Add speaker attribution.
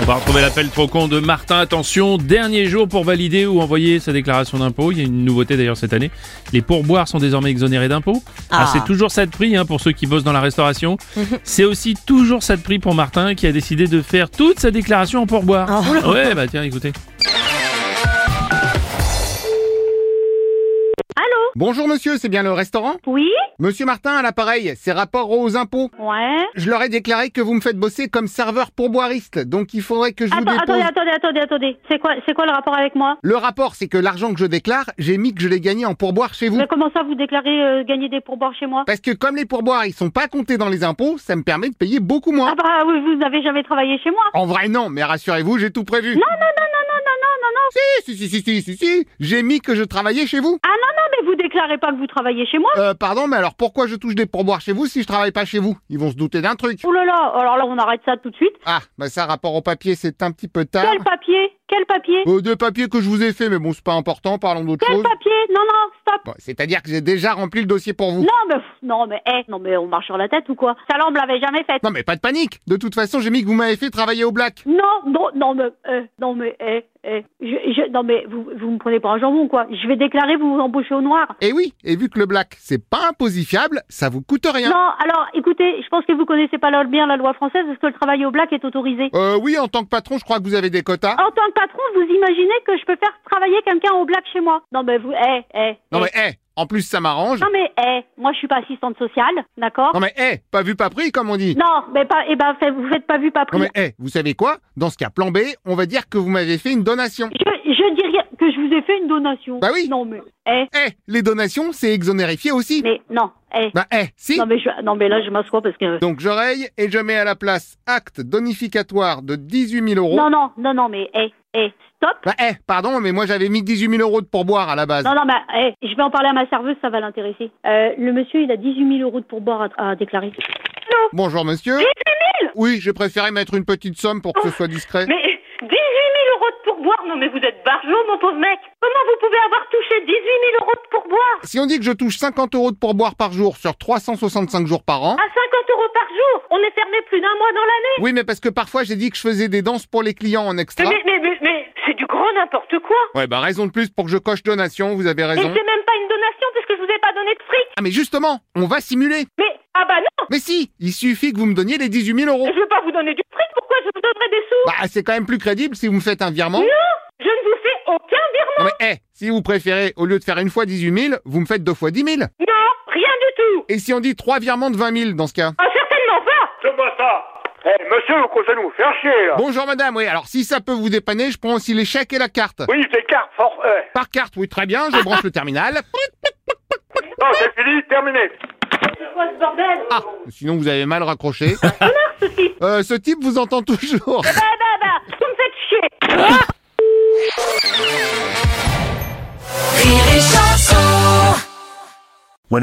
Speaker 1: On va retrouver l'appel trop con de Martin. Attention, dernier jour pour valider ou envoyer sa déclaration d'impôt. Il y a une nouveauté d'ailleurs cette année. Les pourboires sont désormais exonérés d'impôts. Alors, c'est toujours ça de prix hein, pour ceux qui bossent dans la restauration. c'est aussi toujours ça de prix pour Martin qui a décidé de faire toute sa déclaration en pourboire. Ouais, bah tiens, écoutez.
Speaker 2: Allô
Speaker 3: Bonjour monsieur, c'est bien le restaurant
Speaker 2: Oui
Speaker 3: Monsieur Martin à l'appareil, c'est rapport aux impôts.
Speaker 2: Ouais.
Speaker 3: Je leur ai déclaré que vous me faites bosser comme serveur pourboiriste, donc il faudrait que je vous
Speaker 2: Attends,
Speaker 3: dépose...
Speaker 2: Ah bah, attendez, attendez, attendez, attendez. C'est quoi, c'est quoi le rapport avec moi
Speaker 3: Le rapport, c'est que l'argent que je déclare, j'ai mis que je l'ai gagné en pourboire chez vous.
Speaker 2: Mais comment ça vous déclarez euh, gagner des pourboires chez moi
Speaker 3: Parce que comme les pourboires, ils sont pas comptés dans les impôts, ça me permet de payer beaucoup moins.
Speaker 2: Ah bah oui, vous n'avez jamais travaillé chez moi.
Speaker 3: En vrai, non, mais rassurez-vous, j'ai tout prévu.
Speaker 2: Non, non, non, non, non, non, non, non, non.
Speaker 3: Si, si, si, si, si, si, j'ai mis que je travaillais chez vous.
Speaker 2: Ah non, non, mais vous déclarez pas que vous travaillez chez moi.
Speaker 3: Euh, pardon, mais alors pourquoi je touche des pourboires chez vous si je travaille pas chez vous Ils vont se douter d'un truc.
Speaker 2: Ouh Oh là là, alors là, on arrête ça tout de suite.
Speaker 3: Ah, bah ça, rapport au papier, c'est un petit peu tard.
Speaker 2: Quel papier Quel papier
Speaker 3: Euh, deux papiers que je vous ai fait, mais bon, c'est pas important, parlons d'autre
Speaker 2: Quel
Speaker 3: chose.
Speaker 2: papier Non, non, stop.
Speaker 3: Bon, c'est-à-dire que j'ai déjà rempli le dossier pour vous.
Speaker 2: Non, mais, pff, non, mais, eh, non, mais on marche sur la tête ou quoi Ça, là, on me l'avait jamais fait.
Speaker 3: Non mais pas de panique. De toute façon, j'ai mis que vous m'avez fait travailler au black.
Speaker 2: Non, non, non, mais, eh, non, mais, eh, eh, je, je, non, mais, vous, vous me prenez pour un jambon, quoi. Je vais déclarer, vous vous embauchez au noir.
Speaker 3: Et Eh oui, et vu que le black, c'est pas imposifiable, ça vous coûte rien.
Speaker 2: Non, alors écoutez, je pense que vous connaissez pas la- bien la loi française parce que le travail au black est autorisé.
Speaker 3: Euh oui, en tant que patron, je crois que vous avez des quotas.
Speaker 2: En tant que patron, vous imaginez que je peux faire travailler quelqu'un au black chez moi Non mais vous, eh, eh.
Speaker 3: Non
Speaker 2: eh.
Speaker 3: mais hé, en plus ça m'arrange.
Speaker 2: Non mais, eh, moi je suis pas assistante sociale, d'accord
Speaker 3: Non mais hé, pas vu pas pris comme on dit.
Speaker 2: Non, mais pas, eh ben, fait- vous faites pas vu, pas pris.
Speaker 3: Non mais hé, vous savez quoi Dans ce cas plan B, on va dire que vous m'avez fait une donation.
Speaker 2: Je, je dirais que je vous ai fait une donation.
Speaker 3: Bah oui.
Speaker 2: Non mais, eh,
Speaker 3: Hé, les donations, c'est exonérifié aussi.
Speaker 2: mais non, eh.
Speaker 3: Bah hé, si.
Speaker 2: Non mais, je, non mais là je m'assois parce que.
Speaker 3: Donc j'oreille et je mets à la place acte donificatoire de 18 000 euros.
Speaker 2: Non non, non non mais, eh, eh, stop.
Speaker 3: Bah, eh, pardon, mais moi j'avais mis 18 000 euros de pourboire à la base.
Speaker 2: Non, non, mais eh, je vais en parler à ma serveuse, ça va l'intéresser. Euh, le monsieur, il a 18 000 euros de pourboire à, à déclarer.
Speaker 3: Bonjour monsieur. 18 000 Oui, j'ai préféré mettre une petite somme pour que
Speaker 2: Oh.
Speaker 3: ce soit discret.
Speaker 4: Mais 18 000 euros de pourboire Non mais vous êtes barjot, mon pauvre mec Comment vous pouvez avoir touché 18 000 euros de pourboire
Speaker 3: Si on dit que je touche 50 euros de pourboire par jour sur 365 jours par an,
Speaker 4: À 50 euros par jour On est fermé plus d'un mois dans l'année
Speaker 3: oui, mais parce que parfois j'ai dit que je faisais des danses pour les clients en extra.
Speaker 4: Mais, mais, mais, mais c'est du grand n'importe quoi
Speaker 3: Ouais, bah raison de plus pour que je coche donation, vous avez
Speaker 4: Et
Speaker 3: raison.
Speaker 4: c'est même pas une donation parce que je vous ai pas donné de fric
Speaker 3: Ah, mais justement, on va simuler.
Speaker 4: Mais, ah bah non
Speaker 3: Mais si, il suffit que vous me donniez les 18 000 euros.
Speaker 4: Je veux pas vous donner du fric, pourquoi je vous donnerais des sous
Speaker 3: Bah, c'est quand même plus crédible si vous me faites un virement.
Speaker 4: Je ne vous fais aucun virement
Speaker 3: Non, mais eh, si vous préférez, au lieu de faire une fois 18 000, vous me faites deux fois 10 000.
Speaker 4: Non, rien du tout
Speaker 3: Et si on dit trois virements de 20 000 dans ce cas
Speaker 4: Ah certainement pas
Speaker 5: Comment ça Eh, monsieur, vous comptez nous faire chier, là
Speaker 3: Bonjour madame, oui, alors si ça peut vous dépanner, je prends aussi les chèques et la carte.
Speaker 5: Oui, c'est carte, fort... euh,
Speaker 3: Par carte, oui, très bien, je branche le terminal.
Speaker 5: Non, c'est fini, terminé
Speaker 4: C'est quoi ce bordel
Speaker 3: Ah, sinon vous avez mal raccroché. Euh, ce type vous entend toujours.
Speaker 4: Bah bah bah Vous me faites chier
Speaker 6: When